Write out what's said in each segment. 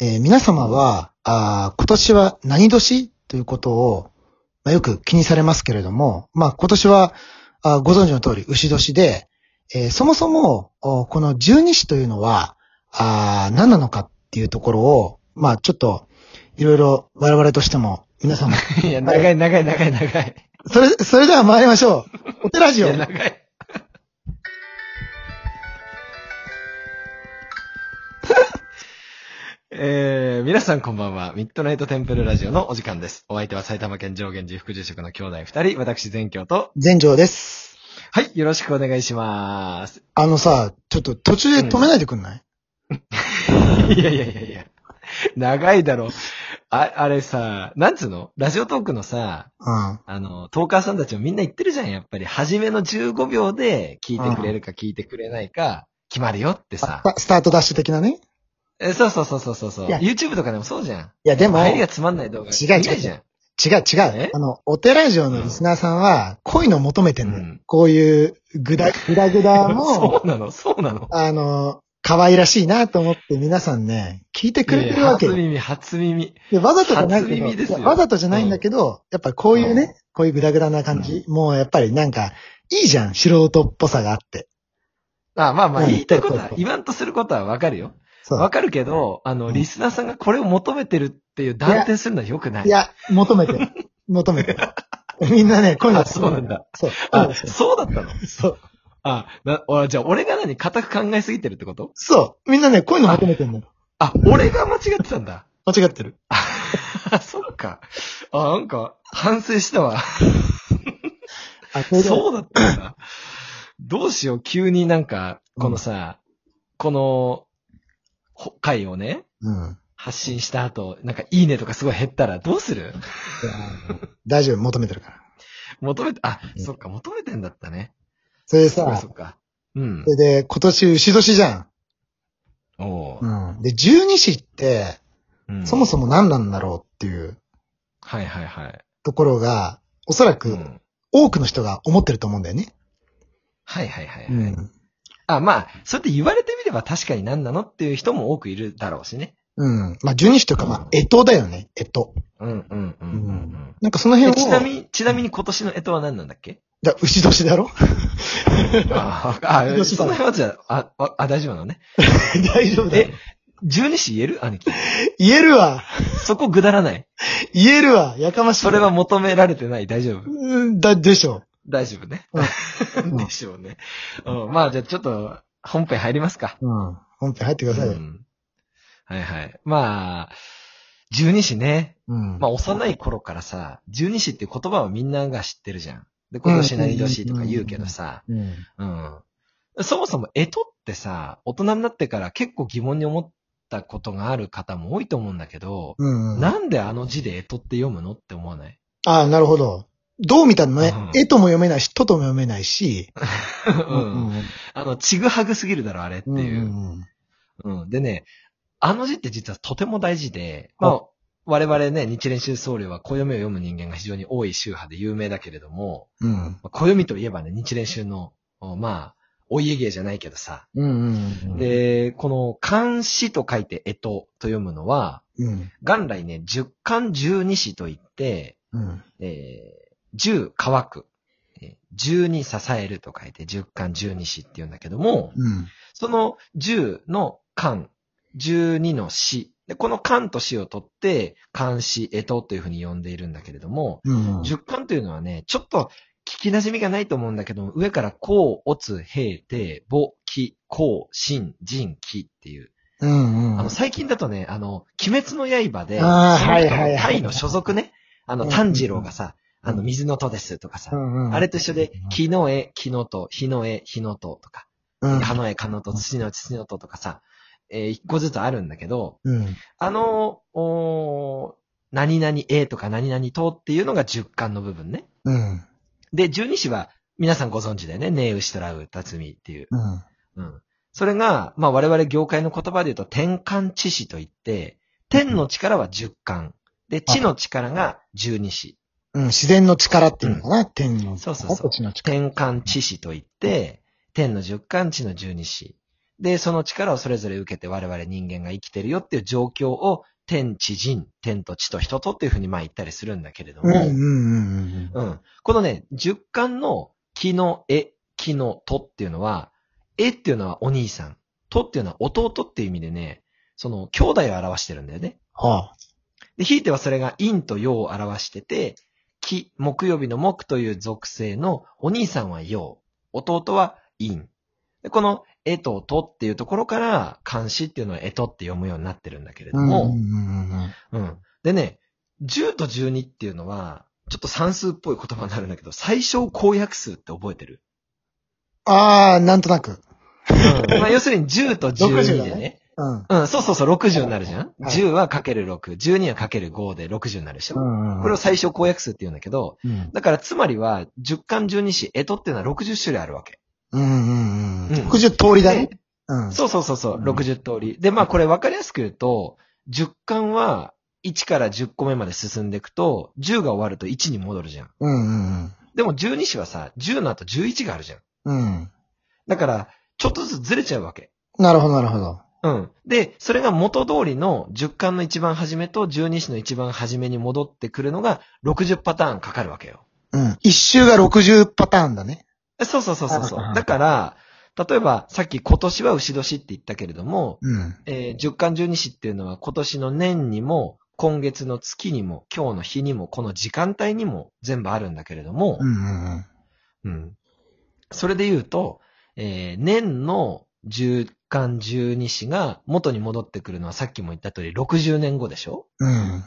えー皆様は、あー今年は何年ということを、まあ、よく気にされますけれども、まあ、今年は、あーご存知の通り、牛年で、えーそもそも、おこの十二支というのは、あー何なのかっていうところを、まあ、ちょっと、いろいろ我々としても、皆様、 いや、長い長い長い長い。それ、それでは参りましょう。お手ラいジオや、。長い。 えー、皆さんこんばんは。ミッドナイトテンプルラジオのお時間です。お相手は埼玉県上源寺副住職の兄弟二人、私全教と。全城です。はい、よろしくお願いします。あのさ、ちょっと途中で止めないでくんない、 いやいやいやいや。長いだろ。あ、あれさ、なんつうのラジオトークのさ、うん、あの、トーカーさんたちもみんな言ってるじゃん、やっぱり。初めの15秒で聞いてくれるか聞いてくれないか、決まるよってさ。スタートダッシュ的なね。え、そうそうそうそうそうそう。いや YouTube とかでもそうじゃん。いや、でも、入り違がうつまんない動画。違う違う見ないじゃん。違う。えあの、お寺城のリスナーさんは、こういうの求めてんの、うんこういう、ぐ だ、ぐだぐだも、そうなのそうなのあの、可愛らしいなと思って皆さんね、聞いてくれてるわけいよやいや初耳、初耳。でわざとじゃないけ初耳でどすよいや、わざとじゃないんだけど、やっぱこういうね、うんこういうぐだぐだな感じ、もうやっぱりなんか、いいじゃん、素人っぽさがあって。あまあまあ、うん言いたいこそとうはそうそ、う言わんとすることはわかるよ。そうわかるけど、あうの、んリスナーさんがこれを求めてるっていう断定するのは良くない。いや、求めてる。求めて る。みんなね、こういうのあそうなんだ。そう。あ、そうだったのそう。あ、な、おじゃあ俺が何固く考えすぎてるってことそう。みんなね、こういうの求めてるの。あ、俺が間違ってたんだ。間違ってる。あ、 そっか。あ、なんか、反省したわ。あ、それでそうだったんだ。どうしよう、急になんか、このさ、この、ほ回をね、うん。発信した後、なんかいいねとかすごい減ったらどうするいや大丈夫、求めてるから。求めて、あ、うんそっか、求めてんだったね。それでそっか、さそ、っか。うんそ。れで、今年、牛年じゃん。おううん。で、十二支って、うんそもそも何なんだろうっていうはいはいはい。ところが、おそらうくん。多くの人が思ってると思うんだよね。はいはいはい、はいうん。あ、まあ、そうやって言われてみれば確かに何なのっていう人も多くいるだろうしね。うん。まあ、十二支というか、まあ、えとだよね。えと。うんうんうんうんうん。なんかそのえ辺を、ちなみに、ちなみに今年の干支は何なんだっけだ牛年だ ろああ、 よしその辺はじゃあ、あ、あ、大丈夫なのね。大丈夫だよえ。、十二支言える兄貴。言えるわ。そこぐだらない。言えるわ。やかましい。 それは求められてない。大丈夫。うん、だ、でしょ大丈夫ね。 う。でしょうね。うん、まあじゃあちょっと、本編入りますか。うん。本編入ってくうださいよ。ん。はいはい。まあ、十二支ね。うん。まあ幼い頃からさ、十二支っていう言葉をみんなが知ってるじゃん。で、今年何年とか言うけどさ、うん。うん。そもそも、えとってさ、大人になってから結構疑問に思ったことがある方も多いと思うんだけど、うんうん。なんであの字でえとって読むのって思わないああ、なるほど。どう見たのね、うん絵とも読めないし、ととも読めないし。う。うんあの、ちぐはぐすぎるだろ、あれってんいうう。んうんうん。でね、あの字って実はとても大事で、まあ、我々ね、日蓮宗僧侶は暦を読む人間が非常に多い宗派で有名だけれども、うん。まあ暦といえばね、日蓮宗の、おまあ、お家芸じゃないけどさ、うん。、で、この漢詩と書いてえとと読むのは、うん。元来ね、十漢十二詩といって、うん。えー、十乾く、えー十に支えると書いて十漢十二詩って言うんだけども、うん。その十の漢、十二の詩、でこの漢と詩を取って、漢詩、えとというふうに呼んでいるんだけれども、うん。十漢というのはね、ちょっと聞き馴染みがないと思うんだけども、上からこう、おつ、へい、て、ぼ、き、こう、しん、じん、きっていう、うん。うん。あの、最近だとね、あの、鬼滅の刃で、あーその人のはいはいはいタイの所属ね、あの、うん炭治郎がさ、あうの、ん水の戸ですとかさ、うんうんあれと一緒で、木の絵、木の戸、火の絵、火の戸とか、うん。葉の絵、葉の戸、土の土の戸とかさ、えー一個ずつあるんだけど、うん。あの、おー何々絵とか何々戸っていうのが十巻の部分ね。うん。で、十二支は、皆さんご存知だよね。ねえ、うしとらう、たつみっていう。うん。うん。それが、まあ我々業界の言葉で言うと、天官知士といって、天の力は十巻。で、地の力が十二子。うん。自然の力っていうのかな、天の力。そうそうそうこっちの力。天官知士といって、天の十巻、地の十二子。で、その力をそれぞれ受けて我々人間が生きてるよっていう状況を、天地人、天と地と人とっていうふうにまあ言ったりするんだけれどうんも、うんうんうん。うん。このね、十巻の木の絵、木のとっていうのは、絵っていうのはお兄さん、とっていうのは弟っていう意味でね、その兄弟を表してるんだよね。はで、ひいてはそれが陰と陽を表してて、木、木曜日の木という属性のお兄さんは陽、弟は陰。でこの絵ととっていうところから、漢詩っていうのは絵とって読むようになってるんだけれあ。どうんうんも、うんうん。うん。でね、10と12っていうのは、ちょっと算数っぽい言葉になるんだけど、最小公約数って覚えてる、ああ、なんとなく。うん、まあ要するに10と12で60だね。うん。うん、そうそうそう、60になるじゃん、はい ?10 はかける6、12はかける5で60になるでしょ、うんうん。これを最小公約数って言うんだけど、うん。だからつまりは、10巻12子、えとっていうのは60種類あるわけ。うんうんうん。うん60通りだねで。うん。そうそうそうそう、うん60通り。で、まあこれ分かりやすく言うと、10巻は1から10個目まで進んでいくと、10が終わると1に戻るじゃん。うんうんでも12子はさ、10の後11があるじゃん。うん。うん。だから、ちょっとずつずれちゃうわけ。なるほど、なるほど。うん。で、それが元通りの10巻の一番初めと12子の一番初めに戻ってくるのが60パターンかかるわけよ。うん。一周が60パターンだね。そうそうそうそうそあはう。はだから、例えばさっき今年は牛年って言ったけれども、うん。えー10巻12子っていうのは今年の年にも、今月の月にも、今日の日にも、この時間帯にも全部あるんだけれども、うんうんうん。うん。それで言うと、えー年の10巻12子が元に戻ってくるのはさっきも言った通り60年後でしょうん。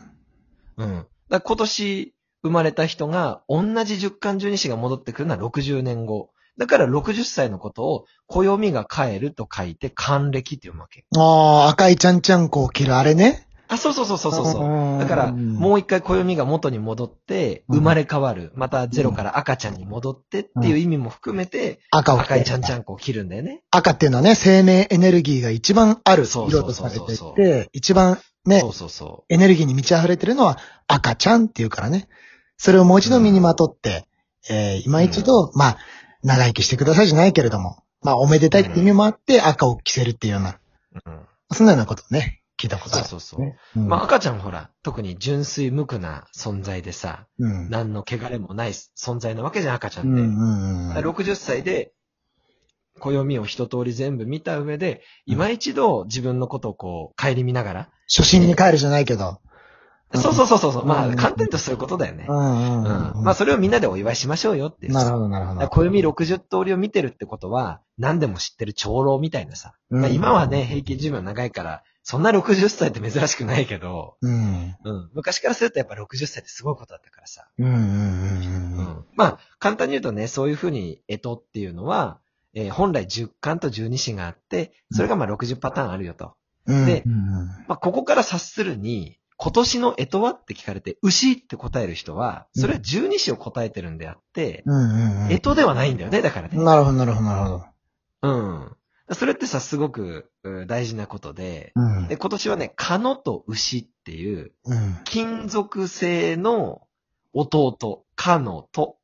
うん。だから今年生まれた人が同じ10巻12子が戻ってくるのは60年後。だから60歳のことを暦が変えると書いて還暦って読むわけ。ああ、赤いちゃんちゃんこを着るあれね。あ、そうそうそうそうそうそう。うだから、う、もう一回暦が元に戻って、うん生まれ変わる。またゼロから赤ちゃんに戻ってっていう意味も含めて、赤を着て赤いちゃんちゃんこを切るんだよね。赤っていうのはね、生命エネルギーが一番ある色そうそうとされていそうそうて、一番ねそ、うそうそエネルギーに満ち溢れてるのは赤ちゃんっていうからね。それをもう一度身にまとって、えー、今一度、まあ、長生きしてくださいじゃないけれども、まあ、おめでたいって意味もあって赤を着せるっていうような、う。うん、そんなようなことをね、聞いたことそあうる。そうそう。ねうんまあ赤ちゃんほら、特に純粋無垢な存在でさ、うん。何の汚れもない存在なわけじゃん、赤ちゃうんって。んうんうんだから60歳で、暦を一通り全部見た上で、今一度自分のことをこう、帰り見ながら。初心に帰るじゃないけど。うんそうそうそうそうそう。まあうん簡単に言うとそういうことだよねう。んううんん。うんうん。まあそれをみんなでお祝いしましょうよっていう。なるほど、なるほだど。から暦60通りを見てるってことは、何でも知ってる長老みたいなさ。うんまあ今はね、平均寿命長いから、そんな60歳って珍しくないけど、うん。うん。昔からするとやっぱ60歳ってすごいことだったからさ。うんうんうんうん。うん。まあ、簡単に言うとね、そういうふうに、えとっていうのは、えー本来10巻と12子があって、それがまあ60パターンあるよと。うん。でうんうんまあ、ここから察するに、今年のえとはって聞かれて、牛って答える人は、それは12子を答えてるんであって、うんうんうんえとではないんだよね、だからね。なるほど、なるほど、なるほど。うん。それってさ、すごくうん大事なことで、うんで、。今年はね、カノと牛っていう、うん。金属製の弟、カノと、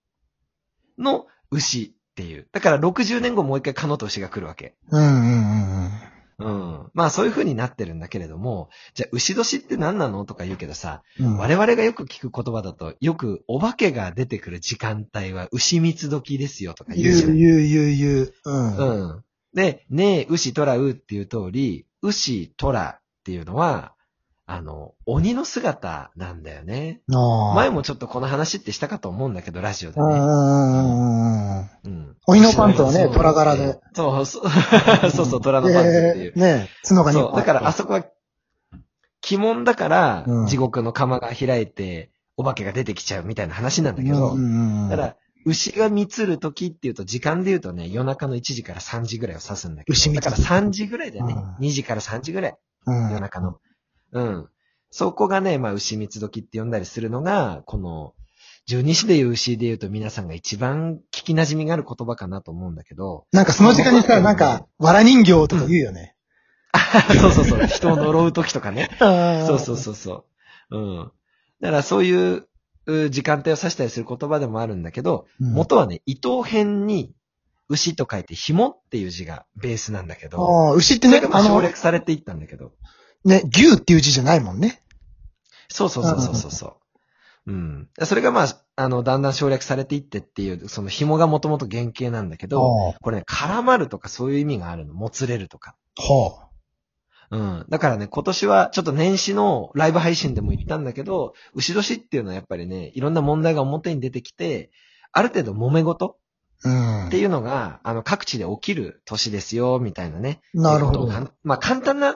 の牛っていう。だから60年後もう一回カノと牛が来るわけ。うんうんうんうん。まあそういう風になってるんだけれども、じゃあ牛年って何なのとか言うけどさ、うん。我々がよく聞く言葉だと、よくお化けが出てくる時間帯は牛蜜時ですよとか言うじゃ言う、ん。言う、言う、言う。うん。うん。うん。で、ねえ、牛トラウっていう通り、牛トラっていうのは、あの、鬼の姿なんだよね。前前もちょっとこの話ってしたかと思うんだけど、ラジオでうんうね。んうんうん。うん。鬼のパンツはそうね、そう虎柄で。。そう、そう、そうそう、虎のパンツっていで。うね、角がそう、だからあそそこは、鬼門だからう、ん地獄の釜が開いて、お化けが出てきちゃうみたいな話なんだけどう、んうんうたん。だ、牛が見つる時っていうと、時間で言うとね、夜中の1時から3時ぐらいを指すんだけど、牛見だつかるら3時ぐらいだよねうん。 2時から3時ぐらい、うん夜中の。うん。そこがね、まあ、牛蜜時って呼んだりするのが、この、十二支で言う牛で言うと皆さんが一番聞き馴染みがある言葉かなと思うんだけど、なんかその時間にさ、なんか、藁人形とか言うよね。 そうそうそう、人を呪う時とかね。そ そうそうそうそう。うん。だからそういうう時間帯を指したりする言葉でもあるんだけど、うん。元はね、伊藤編に、牛と書いて紐っていう字がベースなんだけど、ああ、牛ってそれねが、まああ省の、略されていったんだけど、ね、牛っていう字じゃないもんね。そうそうそうそうそうそう。うん。それがまあ、あの、だんだん省略されていってっていう、その紐がもともと原型なんだけど、ほうこれね、絡まるとかそういう意味があるの。もつれるとか。ほうん。だからね、今年はちょっと年始のライブ配信でも言ったんだけど、牛年っていうのはやっぱりね、いろんな問題が表に出てきて、ある程度揉め事う。うんって。いうのが、あの、各地で起きる年ですよ、みたいなね。なるほど。いうことをかんまあ、簡単な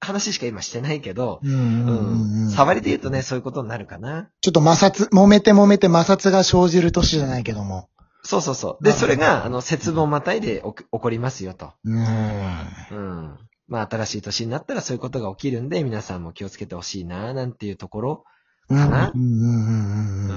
話しか今してないけど、うんうんうんううんん。触りで言うとね、そういうことになるかな。ちょっと摩擦、揉めて揉めて摩擦が生じる年じゃないけども。そうそうそう。なで、るほどそれが、あの、節分をまたいでおく起こりますよと。うん。うん。まあ、新しい年になったらそういうことが起きるんで、皆さんも気をつけてほしいな、なんていうところ。うん。うん。なうん。ううん。ん。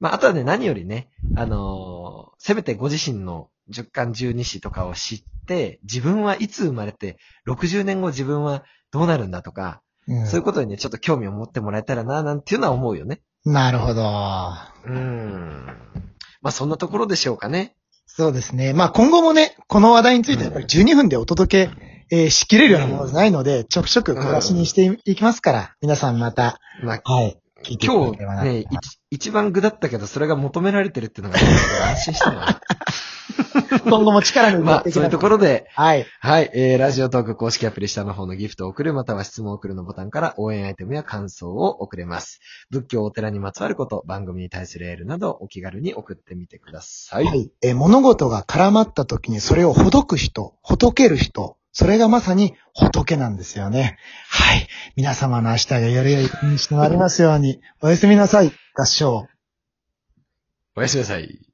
まあ、あとはね、何よりね、あのーせめてご自身の十巻十二子とかを知って、自分はいつ生まれて、60年後自分はどうなるんだとか、うん。そういうことにね、ちょっと興味を持ってもらえたらな、なんていうのは思うよね。なるほど。うん。まあ、そんなところでしょうかね。そうですね。まあ今後もね、この話題についてやっぱり12分でお届け、えーしきれるようなものじゃないので、ちょくちょく小出しにしていきますから、皆さんまた、まあ、はい、聞いていた今だければな日ね、い一番具だったけど、それが求められてるっていうのが、安心したわ。今後も力 にまあ、そういうところ。ろで、はい。はい、えー、ラジオトーク公式アプリ下の方のギフトを送る、または質問を送るのボタンから応援アイテムや感想を送れます。仏教お寺にまつわること、番組に対するエールなど、お気軽に送ってみてください。はい、えー物事が絡まった時にそれをほどく人、ほどける人、それがまさに仏なんですよね。はい。皆様の明日がより良い一日となりますように、おやすみなさい、合唱。おやすみなさい。